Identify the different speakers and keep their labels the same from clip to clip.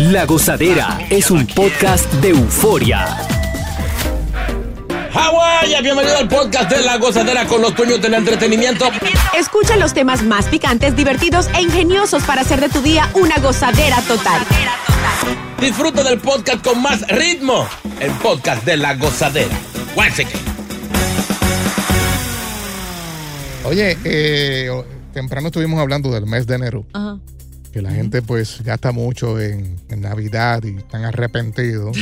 Speaker 1: La Gozadera es un podcast de euforia.
Speaker 2: Hawái, bienvenido al podcast de La Gozadera con los dueños del entretenimiento.
Speaker 3: Escucha los temas más picantes, divertidos e ingeniosos para hacer de tu día una gozadera total.
Speaker 2: Disfruta del podcast con más ritmo. El podcast de La Gozadera. Guáchate.
Speaker 4: Oye, eh, temprano estuvimos hablando del mes de enero,
Speaker 5: Ajá.
Speaker 4: que la gente pues gasta mucho en, en Navidad y están arrepentidos.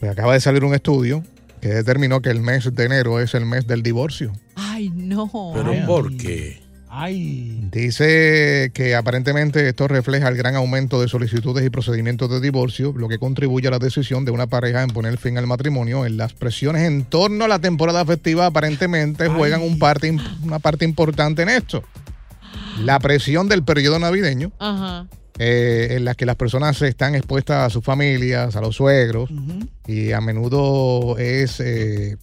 Speaker 4: Pues acaba de salir un estudio que determinó que el mes de enero es el mes del divorcio.
Speaker 5: Ay, no.
Speaker 2: Pero ¿por qué?
Speaker 6: Ay.
Speaker 4: Dice que aparentemente esto refleja el gran aumento de solicitudes y procedimientos de divorcio, lo que contribuye a la decisión de una pareja en poner fin al matrimonio. En las presiones en torno a la temporada festiva aparentemente juegan un parte, im- una parte importante en esto. La presión del periodo navideño,
Speaker 5: Ajá.
Speaker 4: eh, en la que las personas están expuestas a sus familias, a los suegros, y a menudo es eh,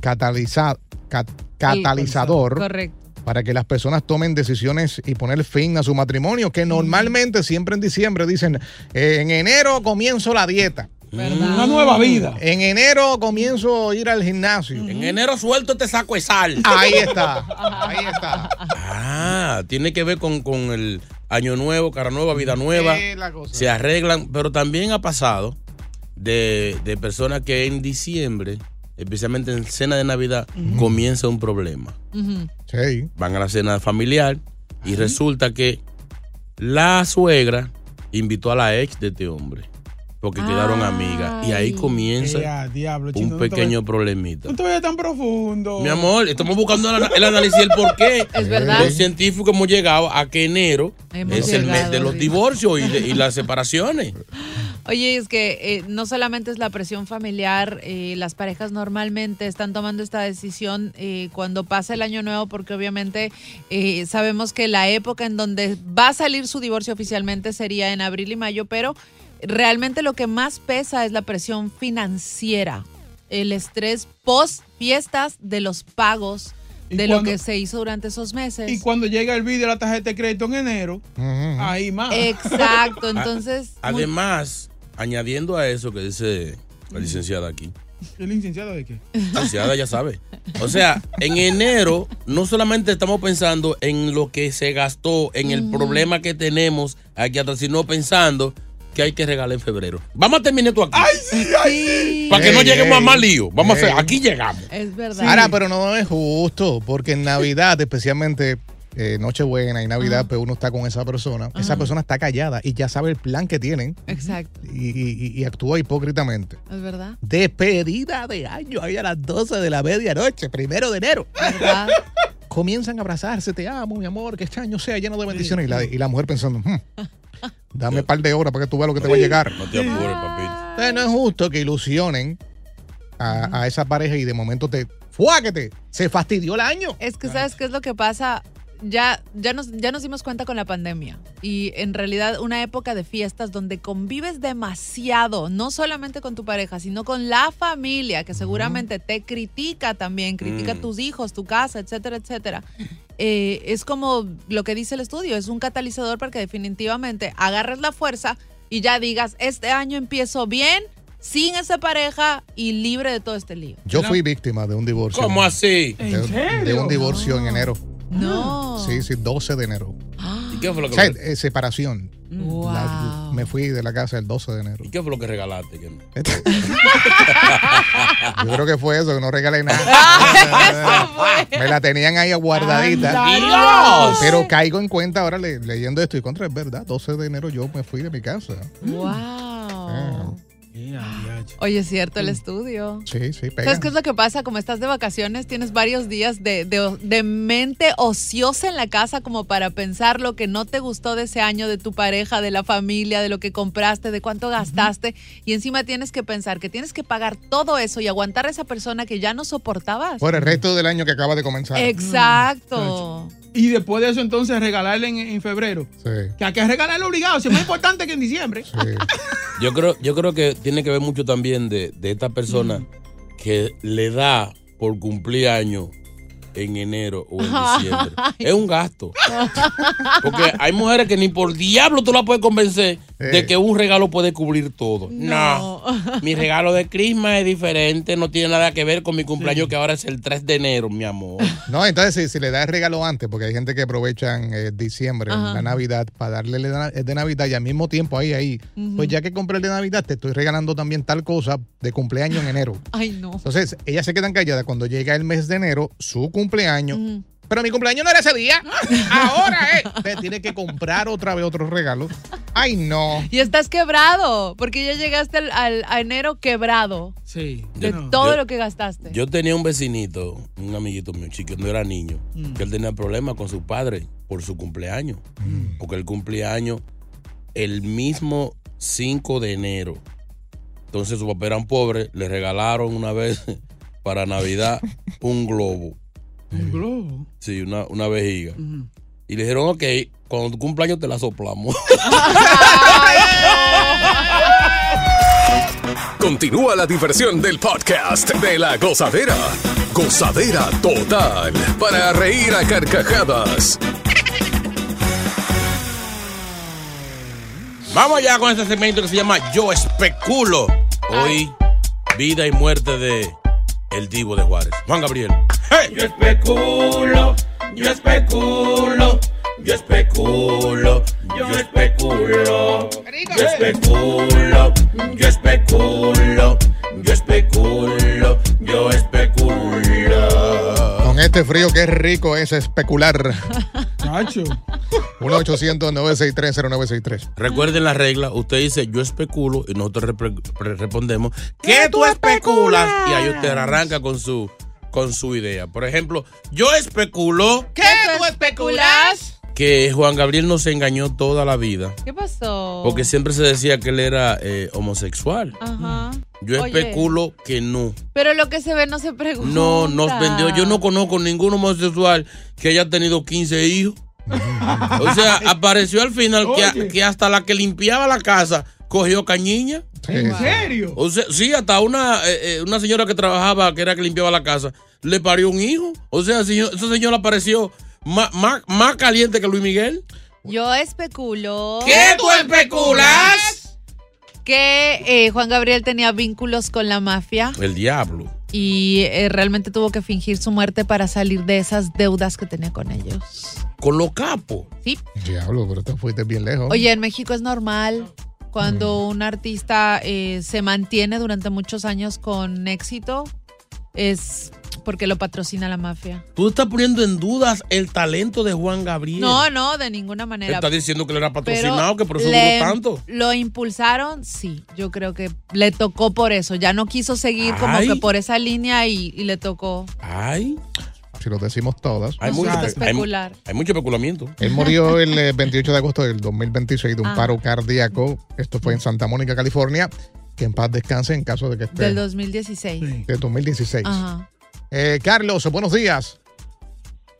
Speaker 4: cataliza- cat- catalizador
Speaker 5: Correcto.
Speaker 4: para que las personas tomen decisiones y poner fin a su matrimonio, que normalmente siempre en diciembre dicen, eh, en enero comienzo la dieta,
Speaker 6: Una nueva vida.
Speaker 4: en enero comienzo a ir al gimnasio.
Speaker 2: En enero suelto te saco de sal.
Speaker 4: Ahí está, ahí está.
Speaker 2: Ah, tiene que ver con, con el año nuevo, cara nueva, vida nueva.
Speaker 4: Eh, la cosa.
Speaker 2: se arreglan, pero también ha pasado de, de personas que en diciembre, especialmente en cena de Navidad, comienza un problema.
Speaker 5: Ujú.
Speaker 4: Sí.
Speaker 2: Van a la cena familiar y resulta que la suegra invitó a la ex de este hombre porque quedaron
Speaker 5: Ay.
Speaker 2: amigas y ahí comienza
Speaker 6: Ea, diablo, chino,
Speaker 2: un
Speaker 6: no te
Speaker 2: pequeño
Speaker 6: vayas-
Speaker 2: problemita.
Speaker 6: No te vayas tan profundo.
Speaker 2: Mi amor, estamos buscando el ana- el análisis del por qué.
Speaker 5: Es verdad.
Speaker 2: Los científicos hemos llegado a que enero
Speaker 5: Hemos
Speaker 2: es el mes
Speaker 5: llegado,
Speaker 2: de los
Speaker 5: sí.
Speaker 2: divorcios y, de- y las separaciones.
Speaker 5: Oye, es que eh, no solamente es la presión familiar, eh, las parejas normalmente están tomando esta decisión eh, cuando pasa el año nuevo, porque obviamente eh, sabemos que la época en donde va a salir su divorcio oficialmente sería en abril y mayo, pero realmente lo que más pesa es la presión financiera, el estrés post fiestas de los pagos
Speaker 6: ¿Y
Speaker 5: de lo
Speaker 6: cuando-
Speaker 5: que se hizo durante esos meses.
Speaker 6: Y cuando llega el vídeo de la tarjeta de crédito en enero,
Speaker 4: Ujú.
Speaker 6: ahí más.
Speaker 5: Exacto, entonces...
Speaker 2: A-
Speaker 5: muy-
Speaker 2: Ah, Además, añadiendo a eso que dice la licenciada aquí,
Speaker 6: ¿El licenciado de qué?
Speaker 2: licenciada ya sabe. O sea, en enero no solamente estamos pensando en lo que se gastó, en el problema que tenemos aquí atrás, sino pensando que hay que regalar en febrero. Vamos a terminar esto aquí. Para que no
Speaker 4: Ey,
Speaker 2: lleguemos a
Speaker 4: ey.
Speaker 2: más lío. Vamos a
Speaker 4: Ey.
Speaker 2: hacer, aquí llegamos.
Speaker 5: es verdad.
Speaker 4: Ahora, pero no es justo, porque en Navidad, especialmente eh, Nochebuena y Navidad, pues uno está con esa persona, esa persona está callada y ya sabe el plan que tienen
Speaker 5: Exacto,
Speaker 4: y- y- y- y actúa hipócritamente.
Speaker 5: es verdad.
Speaker 4: Despedida de año, ahí a las 12 de la medianoche, primero de enero.
Speaker 5: ¿Verdad?
Speaker 4: Comienzan a abrazarse, te amo, mi amor, que este año sea lleno de bendiciones. Y la, y la mujer pensando, "Hmm, dame un par de horas para que tú veas lo que te va a llegar.
Speaker 2: No te apures, papito.
Speaker 4: Entonces, no es justo que ilusionen a, a esa pareja y de momento te. ¡Fuáquete! Se fastidió el año.
Speaker 5: Es que sabes qué es lo que pasa. Ya, ya, nos, ya nos dimos cuenta con la pandemia y en realidad una época de fiestas donde convives demasiado, no solamente con tu pareja, sino con la familia que seguramente te critica también, critica
Speaker 2: Mm.
Speaker 5: tus hijos, tu casa, etcétera, etcétera. Eh, es como lo que dice el estudio, es un catalizador para que definitivamente agarres la fuerza y ya digas, este año empiezo bien, sin esa pareja y libre de todo este lío.
Speaker 4: Yo fui víctima de un divorcio.
Speaker 2: ¿Cómo así?
Speaker 4: De,
Speaker 6: ¿En serio?
Speaker 4: de un divorcio en enero.
Speaker 5: No.
Speaker 4: Sí, sí, 12 de enero.
Speaker 2: ¿Y qué fue lo
Speaker 4: O
Speaker 2: que,
Speaker 4: sea, eh, separación.
Speaker 5: Wow.
Speaker 4: La- me fui de la casa el 12 de enero.
Speaker 2: ¿y qué fue lo que regalaste? ¿Qué-
Speaker 4: Yo creo que fue eso, que no regalé nada. me la tenían ahí aguardadita.
Speaker 2: ¡Dios!
Speaker 4: Pero caigo en cuenta ahora le- leyendo esto y contra, es verdad, 12 de enero yo me fui de mi casa. Eh.
Speaker 5: Wow.
Speaker 6: Ya, ya.
Speaker 5: Oye, es cierto el
Speaker 6: Mm.
Speaker 5: estudio.
Speaker 4: Sí, sí, pega.
Speaker 5: ¿Sabes qué es lo que pasa? Como estás de vacaciones, tienes varios días de, de- de mente ociosa en la casa como para pensar lo que no te gustó de ese año, de tu pareja, de la familia, de lo que compraste, de cuánto gastaste. Y encima tienes que pensar que tienes que pagar todo eso y aguantar a esa persona que ya no soportabas.
Speaker 4: Por el resto del año que acaba de comenzar.
Speaker 5: Eh,
Speaker 6: Mm,
Speaker 5: Exacto.
Speaker 6: Y después de eso, entonces, regalarle en, en febrero.
Speaker 4: Sí,
Speaker 6: Que hay que regalarle obligado, si es más importante que en diciembre.
Speaker 4: sí.
Speaker 2: Yo creo, yo creo que tiene que ver mucho también de, de esta persona que le da por cumplir año en enero o en diciembre. es un gasto. Porque hay mujeres que ni por diablo tú la puedes convencer
Speaker 4: Eh.
Speaker 2: de que un regalo puede cubrir todo. No. Mi regalo de Christmas es diferente, no tiene nada que ver con mi cumpleaños que ahora es el 3 de enero, mi amor.
Speaker 4: No, entonces si, si le das el regalo antes, porque hay gente que aprovechan eh, diciembre, la Navidad, para darle el de na- el de Navidad y al mismo tiempo ahí, ahí. Pues ya que compré el de Navidad, te estoy regalando también tal cosa de cumpleaños en enero.
Speaker 5: Ay, Ah, no.
Speaker 4: Entonces, ellas se quedan calladas cuando llega el mes de enero, su cumpleaños.
Speaker 5: Mm.
Speaker 4: Pero mi cumpleaños no era ese día. Ahora es. Te tiene que comprar otra vez otro regalo. Ay, no.
Speaker 5: Y estás quebrado, porque ya llegaste al, al- a enero quebrado
Speaker 6: Sí.
Speaker 5: de
Speaker 6: no.
Speaker 5: todo
Speaker 2: Yo-
Speaker 5: lo que gastaste.
Speaker 2: Yo tenía un vecinito, un amiguito mío, chico, no era niño,
Speaker 6: Mm.
Speaker 2: que él tenía problemas con su padre por su cumpleaños. Porque el cumpleaños el mismo 5 de enero. Entonces su papá eran pobre, le regalaron una vez para Navidad un globo.
Speaker 6: Un globo.
Speaker 2: Sí, una, una vejiga. Y le dijeron, ok, cuando tu cumpleaños te la soplamos.
Speaker 7: Continúa la diversión del podcast de la gozadera. Gozadera total para reír a carcajadas.
Speaker 2: Vamos allá con este segmento que se llama Yo Especulo. Hoy, vida y muerte de El Divo de Juárez. Juan Gabriel. Yo especulo, yo especulo, yo especulo, yo especulo. Yo especulo, yo especulo, yo especulo, yo especulo.
Speaker 4: Con este frío, qué rico es especular.
Speaker 6: Chacho.
Speaker 4: 1-800-963-0963.
Speaker 2: Recuerden la regla, usted dice yo especulo y nosotros repre- pre- respondemos ¿Qué tú especulas? Y ahí usted arranca con su con su idea. Por ejemplo, yo especulo
Speaker 6: ¿Qué tú especulas?
Speaker 2: que Juan Gabriel nos engañó toda la vida,
Speaker 5: ¿Qué pasó?
Speaker 2: porque siempre se decía que él era eh, homosexual.
Speaker 5: Ajá.
Speaker 2: Mm. Yo
Speaker 5: Oye.
Speaker 2: especulo que no.
Speaker 5: Pero lo que se ve no se pregunta.
Speaker 2: No, nos vendió. Yo no conozco ningún homosexual que haya tenido 15 hijos. O sea, apareció al final que,
Speaker 6: Oye.
Speaker 2: que hasta la que limpiaba la casa cogió cañiña.
Speaker 6: ¿En serio?
Speaker 2: O sea, sí, hasta una, eh, eh, una señora que trabajaba, que era que limpiaba la casa, le parió un hijo. O sea, señor- esa señora apareció más, más, más caliente que Luis Miguel.
Speaker 5: Yo especulo
Speaker 2: tú especulas?
Speaker 5: que eh, Juan Gabriel tenía vínculos con la mafia
Speaker 2: El diablo.
Speaker 5: y eh, realmente tuvo que fingir su muerte para salir de esas deudas que tenía con ellos.
Speaker 2: Con los capos.
Speaker 5: Sí.
Speaker 4: Diablo, pero te fuiste bien
Speaker 2: Oh.
Speaker 4: lejos.
Speaker 5: Oye, en México es normal cuando
Speaker 2: Mm.
Speaker 5: un artista eh, se mantiene durante muchos años con éxito es porque lo patrocina la mafia.
Speaker 2: Tú estás poniendo en dudas el talento de Juan Gabriel.
Speaker 5: No, no, de ninguna
Speaker 2: Él
Speaker 5: manera.
Speaker 2: Está diciendo que le era
Speaker 5: Pero
Speaker 2: patrocinado, que por eso
Speaker 5: le-
Speaker 2: duró tanto.
Speaker 5: Lo impulsaron, sí. Yo creo que le tocó por eso. Ya no quiso seguir como
Speaker 2: Ay.
Speaker 5: que por esa línea y, y le tocó.
Speaker 2: Ay,
Speaker 4: Si lo decimos todas.
Speaker 2: hay
Speaker 5: No
Speaker 2: mucho,
Speaker 5: se
Speaker 2: hay,
Speaker 5: puede especular.
Speaker 2: hay mucho especulamiento.
Speaker 4: Él murió el eh, 28 de agosto del 2026
Speaker 5: Ah.
Speaker 4: de un paro cardíaco. Esto fue en Santa Mónica, California. Que en paz descanse en caso de que esté.
Speaker 5: Del 2016.
Speaker 4: De 2016.
Speaker 5: Ajá.
Speaker 4: Eh, Carlos, buenos días.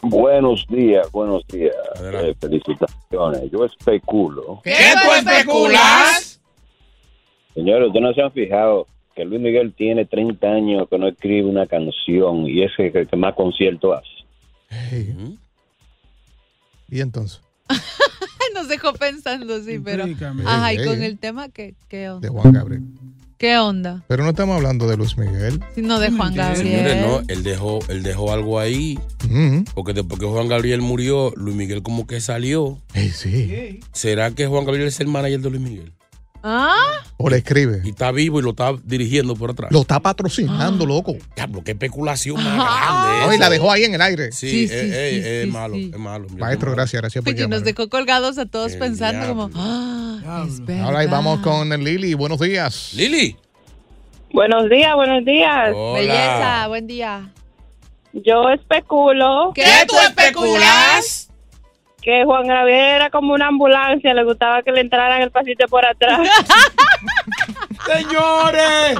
Speaker 8: Buenos días, buenos días.
Speaker 2: Adelante.
Speaker 8: Eh, felicitaciones. Yo especulo.
Speaker 2: ¿Qué tú especulas?
Speaker 8: Señores, ustedes no se han fijado que Luis Miguel tiene 30 años que no escribe una canción y es el que que más concierto hace.
Speaker 4: Hey. ¿Y entonces?
Speaker 5: Nos dejó pensando, sí, pero.
Speaker 6: Explícame.
Speaker 5: Ajá, y
Speaker 4: Ey,
Speaker 5: con
Speaker 4: ey.
Speaker 5: el tema que. que
Speaker 4: De Juan Gabriel.
Speaker 5: ¿Qué onda?
Speaker 4: Pero no estamos hablando de Luis Miguel.
Speaker 5: No de Juan
Speaker 2: Señores,
Speaker 5: Gabriel.
Speaker 2: no, él dejó, él dejó algo ahí.
Speaker 4: Ujú.
Speaker 2: Porque después que Juan Gabriel murió, Luis Miguel como que salió.
Speaker 4: Eh, sí.
Speaker 2: ¿Será que Juan Gabriel es el manager de Luis Miguel?
Speaker 5: ¿Ah?
Speaker 4: O le escribe.
Speaker 2: Y está vivo y lo está dirigiendo por atrás.
Speaker 4: Lo está patrocinando, loco.
Speaker 2: Diablo, qué especulación más grande.
Speaker 4: No, y
Speaker 2: esa.
Speaker 4: la dejó ahí en el aire.
Speaker 2: Sí,
Speaker 5: Sí,
Speaker 2: eh, eh,
Speaker 5: sí, sí,
Speaker 2: eh, es
Speaker 5: sí,
Speaker 2: malo,
Speaker 5: sí.
Speaker 2: es malo. mi
Speaker 4: Maestro,
Speaker 2: hermano.
Speaker 4: gracias, gracias por
Speaker 5: Oye, nos
Speaker 4: llamar.
Speaker 5: dejó colgados a todos
Speaker 2: El
Speaker 5: pensando como,
Speaker 2: diablo.
Speaker 5: ah, es verdad.
Speaker 4: Ahora ahí vamos con Lili. Buenos días.
Speaker 2: Lili. Oh.
Speaker 9: Buenos días, buenos días.
Speaker 2: Hola.
Speaker 5: Belleza, buen día.
Speaker 9: Yo especulo que Juan Gabriel era como una ambulancia, le gustaba que le entraran el pasito por atrás.
Speaker 6: Señores.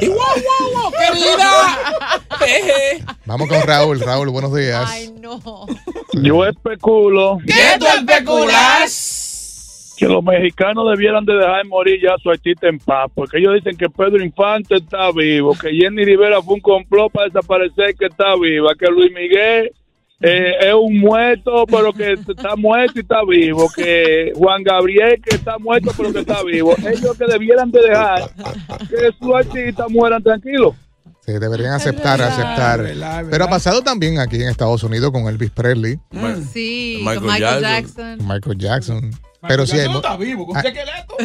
Speaker 2: Y guau, guau, guau, querida. Jeje.
Speaker 4: Vamos con Raúl. Raúl, buenos días.
Speaker 5: Ay, no.
Speaker 8: Yo especulo
Speaker 6: ¿Qué tú especulas?
Speaker 8: que los mexicanos debieran de dejar morir ya su artista en paz, porque ellos dicen que Pedro Infante está vivo, que Jenny Rivera fue un complot para desaparecer que está viva, que Luis Miguel eh, es un muerto, pero que está muerto y está vivo, que Juan Gabriel que está muerto, pero que está vivo. Ellos que debieran de dejar que sus artistas mueran tranquilos.
Speaker 4: Sí, deberían aceptar,
Speaker 5: verdad.
Speaker 4: aceptar.
Speaker 6: Es verdad, es
Speaker 4: Pero
Speaker 6: verdad.
Speaker 4: ha pasado también aquí en Estados Unidos con Elvis Presley,
Speaker 5: Sí,
Speaker 2: Michael
Speaker 5: con Michael
Speaker 2: Jackson.
Speaker 5: Jackson.
Speaker 4: con Michael Jackson. Pero sí, hay,
Speaker 6: no
Speaker 4: mu-
Speaker 6: está vivo, ¿con
Speaker 4: Ah.
Speaker 6: qué esqueleto?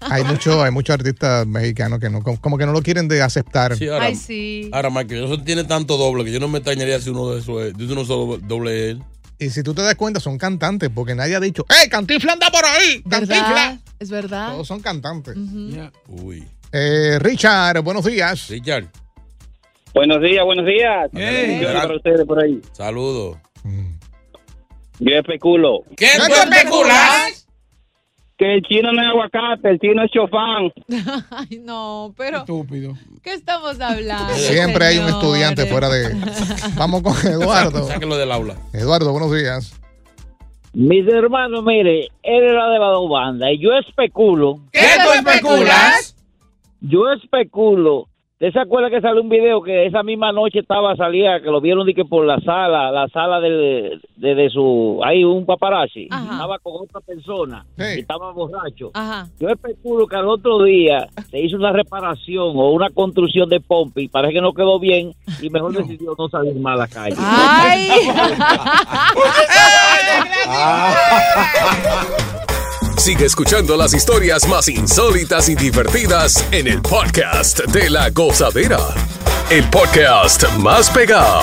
Speaker 4: hay mucho- hay muchos artistas mexicanos que no, como- como que no lo quieren de aceptar.
Speaker 2: Sí, ahora,
Speaker 5: Ay, sí.
Speaker 2: ahora Michael Jackson tiene tanto doble que yo no me extrañaría si uno de esos es- de uno solo doble es él.
Speaker 4: Y si tú te das cuenta, son cantantes, porque nadie ha dicho, "Eh, ¡Ey, Cantinflas anda por ahí!
Speaker 5: ¿Verdad?
Speaker 4: ¡Cantinflas!
Speaker 5: Es verdad.
Speaker 4: Todos son cantantes.
Speaker 2: Uy.
Speaker 4: Eh, Richard, buenos días.
Speaker 2: Richard,
Speaker 8: Buenos días, buenos días.
Speaker 6: Ey.
Speaker 2: Yo para
Speaker 8: ustedes por ahí.
Speaker 2: saludos.
Speaker 4: Mm.
Speaker 8: Yo especulo
Speaker 2: ¿Qué
Speaker 4: tú especulas?
Speaker 8: que el chino no es aguacate, el chino es chofán.
Speaker 5: Ay, no, pero
Speaker 6: Estúpido.
Speaker 5: ¿qué estamos hablando?
Speaker 4: Siempre hay un estudiante fuera de... Vamos con Eduardo.
Speaker 2: Sáquenlo del aula.
Speaker 4: Eduardo, buenos días.
Speaker 9: Mis hermanos, mire, él era de la banda y yo especulo,
Speaker 6: ¿Qué tú especulas?
Speaker 9: yo especulo. ¿Te se acuerda que salió un video que esa misma noche estaba salida, que lo vieron de que por la sala, la sala de, de, de su, hay un paparazzi,
Speaker 5: Ajá.
Speaker 9: estaba con otra persona,
Speaker 4: Sí.
Speaker 9: y estaba borracho.
Speaker 10: Ah.
Speaker 5: Ajá.
Speaker 9: Yo especulo que al otro día se hizo una reparación o una construcción de Pompi, parece que no quedó bien y mejor decidió no salir más a la calle.
Speaker 10: Ah.
Speaker 5: Ay,
Speaker 7: Sigue escuchando las historias más insólitas y divertidas en el podcast de la gozadera. El podcast más pegado.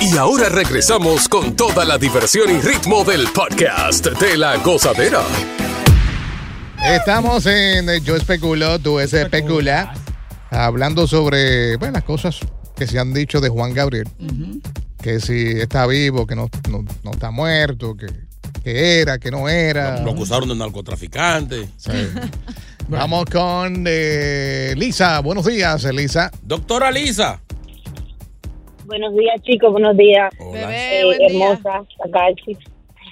Speaker 7: Y ahora regresamos con toda la diversión y ritmo del podcast de la gozadera.
Speaker 4: Estamos en eh, Yo Especulo, tú es especula, hablando sobre bueno, las cosas que se han dicho de Juan Gabriel. Que si está vivo, que no, no- no está muerto, que, que era, que no era.
Speaker 2: Lo acusaron de narcotraficante.
Speaker 4: Sí. Vamos con eh, Lisa. Buenos días, Lisa.
Speaker 2: Doctora Lisa.
Speaker 9: Buenos días, chicos, buenos días, Eh,
Speaker 5: bebé, buen día.
Speaker 9: Sakachi.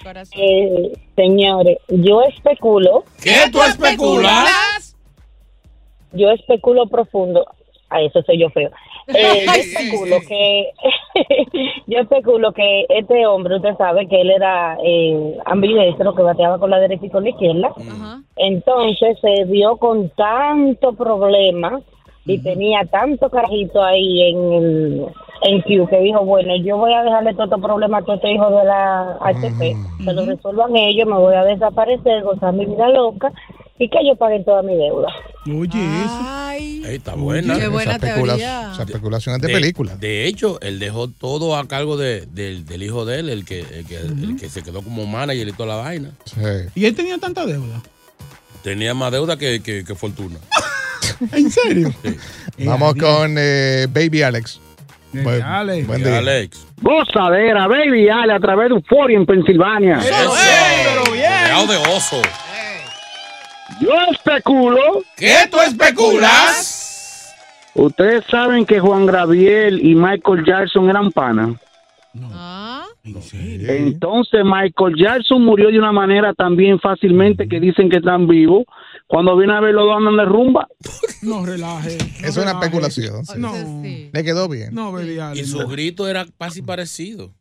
Speaker 5: Corazón.
Speaker 9: Eh, señores, yo especulo,
Speaker 2: ¿Qué tú
Speaker 5: especulas?
Speaker 9: yo especulo profundo. A eso soy yo feo. Eh, yo especulo que yo especulo que este hombre, usted sabe que él era eh, ambidextro, que bateaba con la derecha y con la izquierda.
Speaker 5: Ajá.
Speaker 9: Entonces se vio con tanto problema y tenía tanto carajito ahí en el en Q que dijo, bueno, yo voy a dejarle todo este problema a todo este hijo de la HP, que lo resuelvan ellos, me voy a desaparecer, gozar mi vida loca y que ellos paguen toda mi deuda.
Speaker 11: Oye,
Speaker 2: Ahí está buena.
Speaker 4: Qué buena Esa especula- teoría. esa especulación es de película.
Speaker 2: De hecho, él dejó todo a cargo de- del- del hijo de él, el que, el, que, el que se quedó como manager y toda la vaina.
Speaker 11: ¿Y
Speaker 4: este
Speaker 11: él tenía tanta deuda?
Speaker 2: Tenía más deuda que, que- que fortuna.
Speaker 11: ¿En serio?
Speaker 4: Vamos con eh, Baby Alex. Pues, Buen,
Speaker 11: Alex.
Speaker 4: buen día.
Speaker 2: Alex.
Speaker 10: Gozadera, baby, Ale, a través de Euphoria en Pensilvania.
Speaker 2: pero bien. de oso.
Speaker 10: Yo especulo.
Speaker 2: ¿Qué tú especulas?
Speaker 10: Ustedes saben que Juan Gabriel y Michael Jackson eran panas. Entonces Michael Jackson murió de una manera también fácilmente que dicen que están vivos. Cuando viene a ver los dos andan de rumba.
Speaker 11: No relaje.
Speaker 5: Este
Speaker 4: Es una especulación.
Speaker 11: No.
Speaker 4: Le quedó bien.
Speaker 11: No, baby, Ale.
Speaker 2: Y su grito era casi parecido.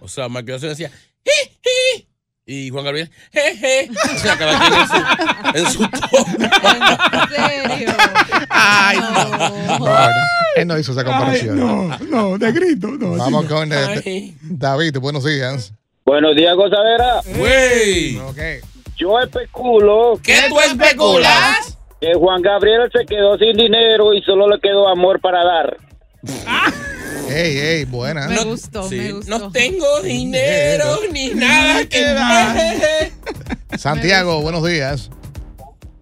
Speaker 2: O sea, Michael Jackson decía, "Ji, ji", y Juan Gabriel, jeje. O sea, cada quien en su, en su tono.
Speaker 4: Ay, no. no, Él no hizo esa comparación.
Speaker 11: no, no, de grito. No, así
Speaker 4: Vamos
Speaker 11: no.
Speaker 4: con eh, David, buenos días.
Speaker 12: Buenos días, gozadera.
Speaker 2: Güey.
Speaker 12: Yo especulo.
Speaker 2: ¿Qué tú especulas?
Speaker 12: Que Eh, Juan Gabriel se quedó sin dinero y solo le quedó amor para dar.
Speaker 4: Ey, ey, buena.
Speaker 2: Me
Speaker 5: gustó,
Speaker 2: me gustó. No tengo dinero ni nada que dar.
Speaker 4: Santiago, buenos días.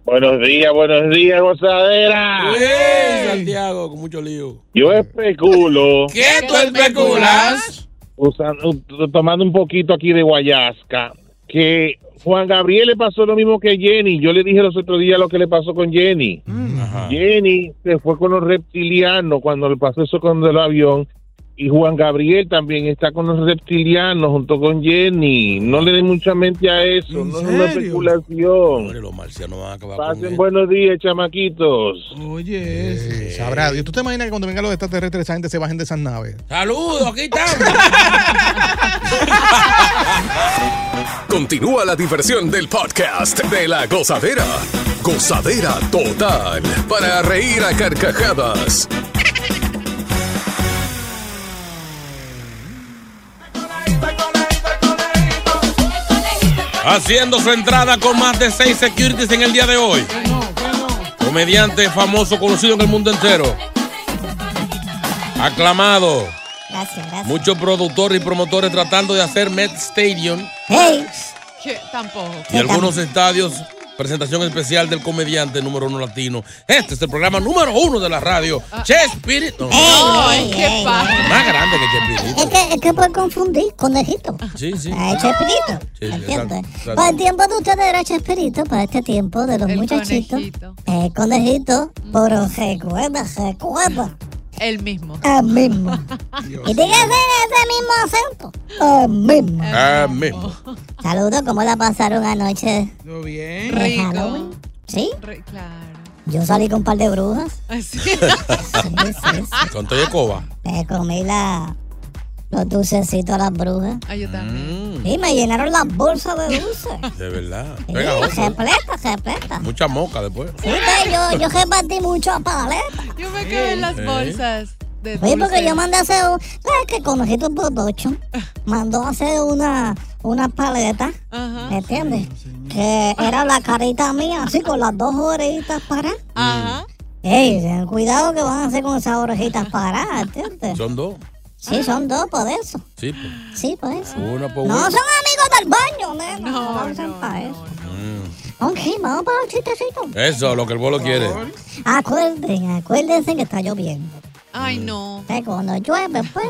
Speaker 13: Buenos días, buenos días, gozadera.
Speaker 2: Güey, Santiago, con mucho lío.
Speaker 13: Yo especulo.
Speaker 2: ¿Qué tú especulas?
Speaker 13: Usando, ut- tomando un poquito aquí de guayasca, que Juan Gabriel le pasó lo mismo que Jenny. Yo le dije los otros días lo que le pasó con Jenny. Jenny se fue con los reptilianos cuando le pasó eso con el avión. Y Juan Gabriel también está con los reptilianos junto con Jenny. No le den mucha mente a eso. No es una especulación.
Speaker 2: Los marcianos van a acabar con
Speaker 13: Pasen
Speaker 2: él.
Speaker 13: buenos días, chamaquitos.
Speaker 11: Oye,
Speaker 4: Sí, Eh, Sabrá. Dios. ¿Tú te imaginas que cuando vengan los extraterrestres esa gente se bajen de esas naves?
Speaker 2: Saludos, aquí estamos.
Speaker 14: Continúa la diversión del podcast de la gozadera. Gozadera total para reír a carcajadas.
Speaker 2: Haciendo su entrada con más de seis securities en el día de hoy. Comediante famoso conocido en el mundo entero. Aclamado.
Speaker 15: Gracias, gracias.
Speaker 2: Muchos productores y promotores tratando de hacer Met Stadium
Speaker 5: Que Tampoco.
Speaker 2: y algunos estadios. Presentación especial del comediante número uno latino. Este es el programa número uno de la radio. Che Spirit. No,
Speaker 15: ¡Ey,
Speaker 6: Eh.
Speaker 2: no,
Speaker 15: ey, ey!
Speaker 2: Más grande que Che Spirit.
Speaker 15: Es que, es que puede confundir, conejito.
Speaker 2: Sí, sí.
Speaker 15: Ah, Chespirito.
Speaker 2: Sí, sí,
Speaker 15: ¿Entiendes?
Speaker 2: exacto, exacto.
Speaker 15: Para el tiempo de ustedes era Chespirito, para este tiempo de los muchachitos. El conejito, pero recuerda, recuerda.
Speaker 5: El mismo.
Speaker 15: El mismo. y tiene que ser ese mismo acento. El mismo.
Speaker 2: Ah, mismo.
Speaker 15: Saludos, ¿cómo la pasaron anoche?
Speaker 11: Todo bien.
Speaker 15: de Halloween? ¿Sí? Yo salí con un par de brujas.
Speaker 2: Con todo y escoba.
Speaker 15: Me comí la, los dulcecitos a las brujas.
Speaker 5: Ah, yo también.
Speaker 15: Y me llenaron las bolsas de dulces.
Speaker 6: Mm.
Speaker 2: De verdad.
Speaker 15: Sí,
Speaker 2: Pegajoso.
Speaker 15: repleta, repleta.
Speaker 2: Mucha moca después.
Speaker 15: Sí, ve, yo, yo repartí mucho a paleta.
Speaker 5: Yo me quedé en las
Speaker 2: Sí.
Speaker 5: bolsas. De
Speaker 15: Oye, porque
Speaker 5: dulces.
Speaker 15: yo mandé a hacer un. ¿Sabes qué? Conejito Production mandó a hacer una, una paleta, ¿me entiendes? Que era la carita mía, así con las dos orejitas paradas.
Speaker 5: Ajá.
Speaker 15: Ey, ten cuidado que van a hacer con esas orejitas paradas, ¿entiendes?
Speaker 2: Son dos.
Speaker 15: Sí, son dos por eso.
Speaker 2: Sí, pues.
Speaker 15: Sí, por eso.
Speaker 2: Una por
Speaker 15: No
Speaker 2: una.
Speaker 15: son amigos del baño, nena. No, vamos para eso. Ok, vamos para los chistecitos.
Speaker 2: Eso, lo que el bolo quiere.
Speaker 15: Acuérdense, acuérdense que está lloviendo.
Speaker 5: Ay, no.
Speaker 15: Que cuando llueve, pues.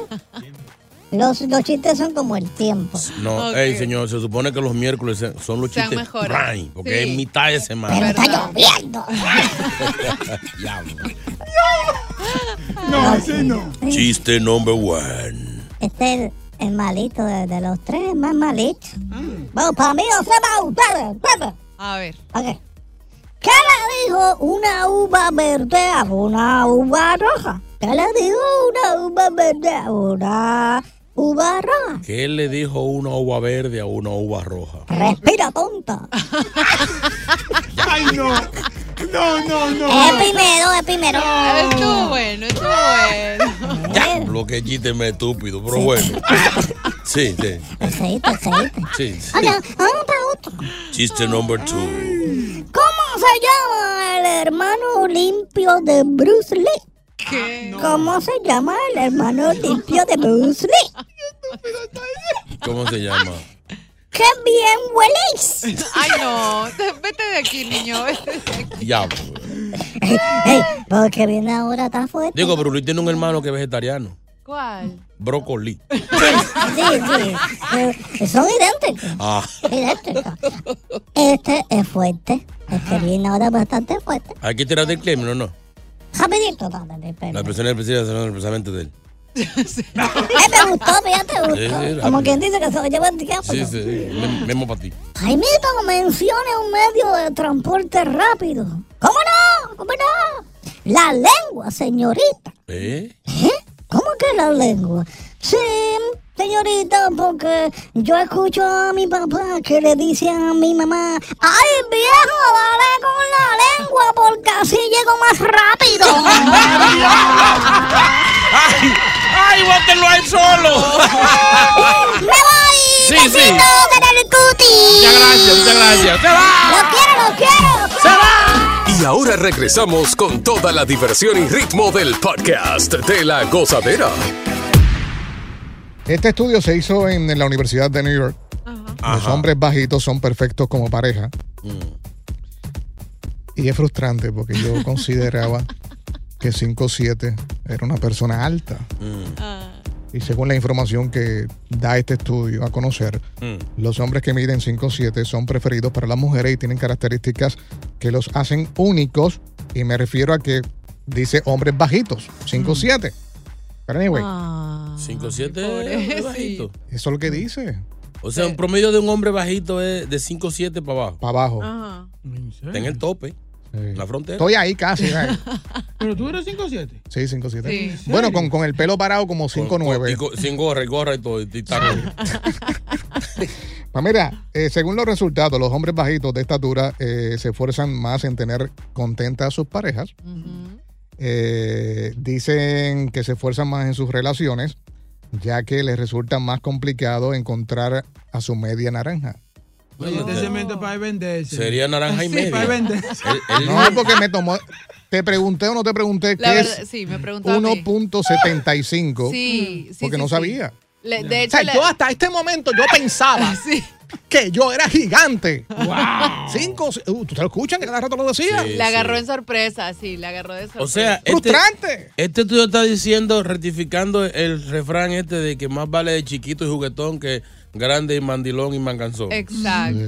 Speaker 15: Los, los chistes son como el tiempo.
Speaker 2: No, ey, señor, se supone que los miércoles son los
Speaker 15: Sean
Speaker 2: chistes.
Speaker 15: mejores.
Speaker 2: prime, porque
Speaker 15: Sí.
Speaker 2: es mitad de semana.
Speaker 15: Pero está lloviendo.
Speaker 2: Diablo.
Speaker 11: No, ese no.
Speaker 2: Chiste number one.
Speaker 15: Este es el, el malito de, de los tres, el más malito. Bueno, para mí, o sea, para ustedes, ustedes.
Speaker 5: A ver.
Speaker 15: Ok. ¿Qué le dijo una uva verde a una uva roja? ¿Qué le dijo una uva verde a una uva roja?
Speaker 2: ¿Qué le dijo una uva verde a una uva roja?
Speaker 15: Respira, tonta.
Speaker 11: Ay, no. No, no, no.
Speaker 15: Es primero, es primero.
Speaker 5: Estuvo bueno, estuvo bueno.
Speaker 2: Ya, lo que chiste me estúpido, pero bueno. Sí, sí.
Speaker 15: Pues
Speaker 2: Sí, sí.
Speaker 15: Oye, vamos para otro.
Speaker 2: Chiste number two.
Speaker 15: ¿Cómo se llama el hermano limpio de Bruce Lee?
Speaker 2: Ah,
Speaker 15: ¿Cómo se llama el hermano limpio de Bruce Lee?
Speaker 2: ¿Cómo se llama?
Speaker 15: ¡Qué bien hueles!
Speaker 5: Ay, no. Vete de aquí, niño. Vete de aquí.
Speaker 2: Diablo.
Speaker 15: Porque viene ahora, está fuerte.
Speaker 2: Digo, Brulí tiene un hermano que es vegetariano.
Speaker 5: ¿Cuál?
Speaker 2: Brócoli.
Speaker 15: Sí, sí. Eh, Son idénticos.
Speaker 2: Ah.
Speaker 15: Idénticos. Este es fuerte. Este viene ahora bastante fuerte.
Speaker 2: Hay que tirar del claim, ¿no? no?
Speaker 15: Rapidito, dale, de pelo.
Speaker 2: La persona expresiva son el pensamiento de él.
Speaker 15: Eh, me gustó, fíjate,
Speaker 2: Sí,
Speaker 15: me
Speaker 2: sí,
Speaker 15: gustó.
Speaker 2: rápido.
Speaker 15: Como quien dice que se lo lleva el tiempo.
Speaker 2: Sí, sí. mem- Memo para ti.
Speaker 15: Jaimito menciona un medio de transporte rápido. ¿Cómo no? ¿Cómo no? La lengua, señorita.
Speaker 2: ¿Eh?
Speaker 15: ¿Cómo que la lengua? Sí, señorita, porque yo escucho a mi papá que le dice a mi mamá, ¡Ay, viejo, dale con la lengua porque así llego más rápido!
Speaker 6: ¡Ay! ¡Ay, bótenlo ahí solo!
Speaker 15: ¡Me voy!
Speaker 6: Sí,
Speaker 15: ¡Besito
Speaker 6: sí.
Speaker 15: para el cuti!
Speaker 6: Muchas gracias, muchas gracias. ¡Se
Speaker 15: ¡Lo quiero, lo quiero! ¡Se va!
Speaker 14: Y ahora regresamos con toda la diversión y ritmo del podcast de la gozadera.
Speaker 4: Este estudio se hizo en, en la Universidad de New York. Los
Speaker 14: Ajá.
Speaker 4: hombres bajitos son perfectos como pareja. Y es frustrante porque yo consideraba que 5'7 era una persona alta. Y según la información que da este estudio a conocer, los hombres que miden 5'7 son preferidos para las mujeres y tienen características que los hacen únicos. Y me refiero a que dice hombres bajitos, 5'7. Pero anyway,
Speaker 2: Ah.
Speaker 15: Ah,
Speaker 2: 5 7
Speaker 5: pobrecito.
Speaker 2: bajito.
Speaker 4: eso es lo que dice.
Speaker 2: O sea, un promedio de un hombre bajito es de 5 7 para abajo.
Speaker 4: Para abajo.
Speaker 5: Ajá.
Speaker 2: Está en el tope. En la frontera.
Speaker 4: Estoy ahí casi. ¿eh?
Speaker 11: Pero tú eres 5'7.
Speaker 4: Sí, 5'7.
Speaker 11: Sí. ¿En serio?
Speaker 4: Bueno, con, con el pelo parado como
Speaker 2: Y
Speaker 4: 5'9.
Speaker 2: co- sin gorra, y gorra y todo. y taco.
Speaker 4: Pues mira, eh, según los resultados, los hombres bajitos de estatura eh, se esfuerzan más en tener contentas a sus parejas. Eh, dicen que se esfuerzan más en sus relaciones, ya que les resulta más complicado encontrar a su media naranja.
Speaker 11: Oye, este cemento es para venderse.
Speaker 2: Sería naranja y
Speaker 11: Sí,
Speaker 2: media.
Speaker 11: para venderse.
Speaker 2: El- el-
Speaker 4: No, porque me tomó. ¿Te pregunté o no te pregunté
Speaker 5: La
Speaker 4: qué
Speaker 5: verdad,
Speaker 4: es
Speaker 5: sí, me preguntó a mí.
Speaker 4: 1.75?
Speaker 5: Sí, sí,
Speaker 4: porque
Speaker 5: sí,
Speaker 4: no
Speaker 5: sí.
Speaker 4: sabía.
Speaker 5: Le- de
Speaker 4: O
Speaker 5: hecho,
Speaker 4: sea,
Speaker 5: le-
Speaker 4: yo hasta este momento yo pensaba que yo era gigante. ¡Wow! Cinco, se- uh, ¿Ustedes escuchan que cada rato lo decía?
Speaker 2: Sí,
Speaker 5: la agarró en sorpresa, sí, la agarró de sorpresa.
Speaker 2: O sea, este,
Speaker 4: ¡Frustrante!
Speaker 2: este estudio está diciendo, rectificando el refrán este de que más vale chiquito y juguetón que grande y mandilón y manganzón.
Speaker 5: Exacto.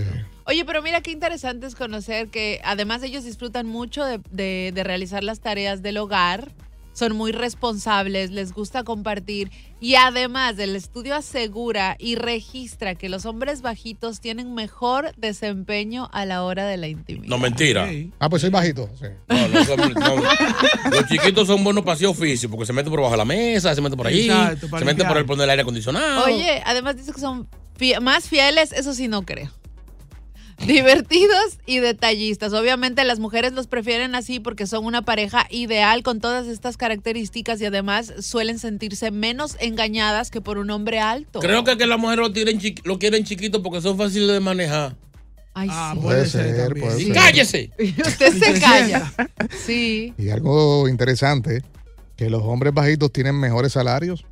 Speaker 5: Oye, pero mira qué interesante es conocer que además ellos disfrutan mucho de, de- de realizar las tareas del hogar, son muy responsables, les gusta compartir y además el estudio asegura y registra que los hombres bajitos tienen mejor desempeño a la hora de la intimidad.
Speaker 2: No, mentira.
Speaker 4: Ah, pues soy bajito. sí.
Speaker 2: No, no, son- no. Los chiquitos son buenos para hacer oficio porque se meten por bajo la mesa, se meten por ahí,
Speaker 11: Exacto, para
Speaker 2: se meten por
Speaker 11: limpiar.
Speaker 2: el poner el aire acondicionado.
Speaker 5: Oye, además dice que son fie- más fieles, eso sí no creo. Divertidos y detallistas. Obviamente las mujeres los prefieren así porque son una pareja ideal con todas estas características y además suelen sentirse menos engañadas que por un hombre alto.
Speaker 2: Creo que, que las mujeres lo, tienen chiqui- lo quieren chiquito porque son fáciles de manejar.
Speaker 5: Ay, sí.
Speaker 4: Ah, Puede ser, puede
Speaker 2: Sí,
Speaker 4: ser.
Speaker 2: Ah, ¡Cállese!
Speaker 5: Usted se calla. Sí.
Speaker 4: Y algo interesante, que los hombres bajitos tienen mejores salarios.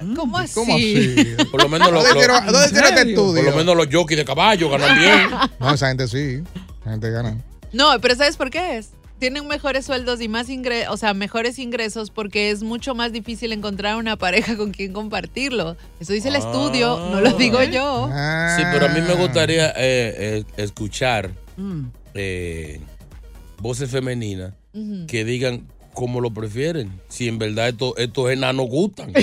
Speaker 11: Mm,
Speaker 5: ¿Cómo así?
Speaker 4: ¿Cómo así?
Speaker 2: Por lo menos los,
Speaker 4: Ah, ¿Dónde
Speaker 2: los-
Speaker 4: tiró- dónde tiró este estudio?
Speaker 2: por lo menos los jockeys de caballo ganan bien.
Speaker 4: No, esa gente sí. Esa gente gana.
Speaker 5: No, pero ¿sabes por qué es? Tienen mejores sueldos y más ingresos, o sea, mejores ingresos porque es mucho más difícil encontrar una pareja con quien compartirlo. Eso dice el estudio, no lo
Speaker 2: Ah.
Speaker 5: digo yo.
Speaker 2: Sí, pero a mí me gustaría eh, eh, escuchar
Speaker 5: Ah. Mm.
Speaker 2: eh, voces femeninas
Speaker 5: Ujú.
Speaker 2: que digan cómo lo prefieren. Si en verdad esto- estos enanos gustan.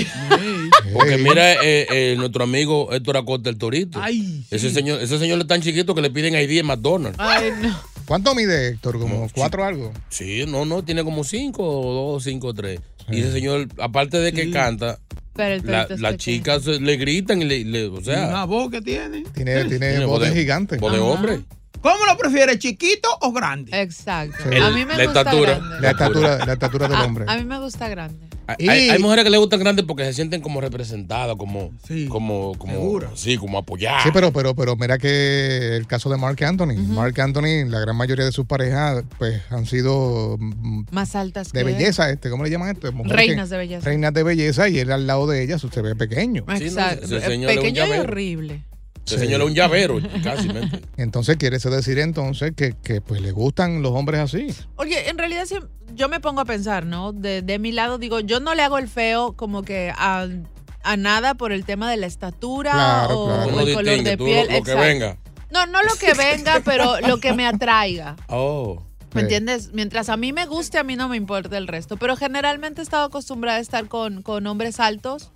Speaker 2: Porque mira eh, eh, nuestro amigo Héctor Acosta el Torito.
Speaker 11: Ay,
Speaker 2: Ese señor, ese señor es tan chiquito que le piden ID en McDonald's.
Speaker 5: Ay, no.
Speaker 4: ¿Cuánto mide Héctor? ¿Como cuatro algo?
Speaker 2: Sí, no, no, tiene como cinco, o dos, cinco, tres. Y ese señor, aparte de que canta,
Speaker 5: Pero el
Speaker 2: la-
Speaker 5: perrito es
Speaker 2: las
Speaker 5: pequeño.
Speaker 2: chicas eh, le gritan y le, le- o sea,
Speaker 11: Una voz que tiene.
Speaker 4: Tiene, tiene
Speaker 2: Tiene
Speaker 4: botes
Speaker 2: bote-
Speaker 4: gigantes.
Speaker 2: voz de hombre.
Speaker 11: ¿Cómo lo prefieres, chiquito o grande?
Speaker 5: Exacto.
Speaker 4: Sí.
Speaker 5: A mí me
Speaker 2: la
Speaker 5: gusta
Speaker 2: estatura.
Speaker 5: grande. Ah,
Speaker 4: La estatura, la estatura del hombre.
Speaker 5: A mí me gusta grande.
Speaker 2: Hay, hay- hay mujeres que le gustan grandes porque se sienten como representadas, como, como, como, sí, como apoyadas.
Speaker 4: Sí, pero, pero, pero mira que el caso de Mark Anthony. Mark Anthony, la gran mayoría de sus parejas, pues han sido mm,
Speaker 5: Más altas que
Speaker 4: de belleza, este, ¿cómo le llaman esto? Mujeres
Speaker 5: Reinas
Speaker 4: que-
Speaker 5: de belleza.
Speaker 4: Reinas de belleza y él al lado de ellas se ve pequeño.
Speaker 5: Exacto.
Speaker 2: ese
Speaker 5: Eh,
Speaker 2: señor es un
Speaker 5: Pequeño y
Speaker 2: llavero.
Speaker 5: horrible.
Speaker 2: Se
Speaker 4: Sí.
Speaker 2: señala un llavero, casi. ¿me?
Speaker 4: Entonces quiere eso decir entonces que, que, pues le gustan los hombres así.
Speaker 5: Oye, en realidad sí, yo me pongo a pensar, ¿no? De, de mi lado digo, yo no le hago el feo como que a, a nada por el tema de la estatura
Speaker 2: Claro,
Speaker 5: o
Speaker 2: claro. Tú no
Speaker 5: el color
Speaker 2: distingues,
Speaker 5: de
Speaker 2: tú
Speaker 5: piel.
Speaker 2: lo- lo que venga.
Speaker 5: No, no lo que venga, pero lo que me atraiga.
Speaker 2: Oh.
Speaker 5: ¿Me entiendes? Mientras a mí me guste, a mí no me importa el resto. Pero generalmente he estado acostumbrada a estar con, con hombres altos.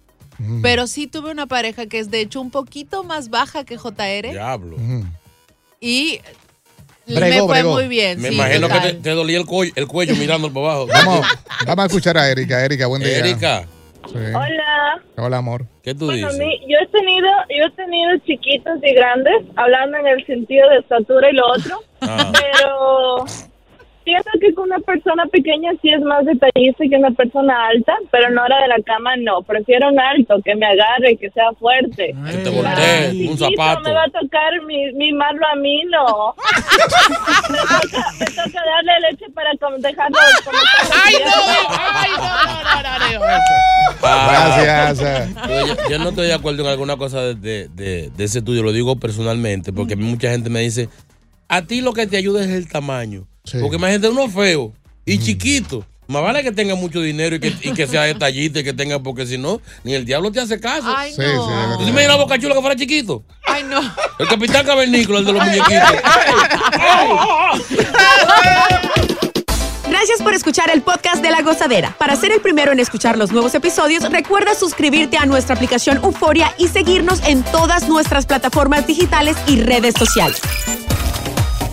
Speaker 5: Pero sí tuve una pareja que es de hecho un poquito más baja que JR.
Speaker 2: Diablo.
Speaker 5: Y me
Speaker 4: Bregó,
Speaker 5: fue
Speaker 4: bregó.
Speaker 5: muy bien.
Speaker 2: Me
Speaker 5: sí,
Speaker 2: imagino que te,
Speaker 5: total.
Speaker 2: te dolía el cuello, el cuello mirando para abajo.
Speaker 4: Vamos, vamos a escuchar a Erika. Erika, buen día.
Speaker 2: Erika.
Speaker 4: Sí.
Speaker 16: Hola.
Speaker 4: Hola, amor.
Speaker 2: ¿Qué tú
Speaker 16: Bueno, a mí, yo he tenido, yo he tenido chiquitos y grandes, hablando en el sentido de estatura y lo otro, pero siento que con una persona pequeña sí es más detallista que una persona alta, pero en hora de la cama no. Prefiero un alto que me agarre, que sea
Speaker 2: voltee,
Speaker 16: fuerte.
Speaker 2: un
Speaker 16: Chiquito
Speaker 2: zapato.
Speaker 16: me va a tocar mi, mimarlo a mí, no. me, toca, me toca darle leche para com- dejarlo. ¡Ay,
Speaker 5: ¡Ay, no, no, no, no!
Speaker 4: Gracias.
Speaker 2: Yo, yo no estoy de acuerdo en alguna cosa de, de- de- de ese estudio, lo digo personalmente, porque
Speaker 5: Mm.
Speaker 2: mucha gente me dice, a ti lo que te ayuda es el tamaño. Porque imagínate uno feo
Speaker 5: Mm.
Speaker 2: y chiquito. Más vale que tenga mucho dinero y que, y que sea detallista y que tenga, porque si no, ni el diablo te hace caso.
Speaker 5: Ay, Sí, no. sí, de verdad.
Speaker 2: ¿Tú te imaginas a Boca Chula que fuera chiquito?
Speaker 5: Ay, no.
Speaker 2: El capitán cavernícola, el de los muñequitos.
Speaker 3: Gracias por escuchar el podcast de La Gozadera. Para ser el primero en escuchar los nuevos episodios, recuerda suscribirte a nuestra aplicación Euforia y seguirnos en todas nuestras plataformas digitales y redes sociales.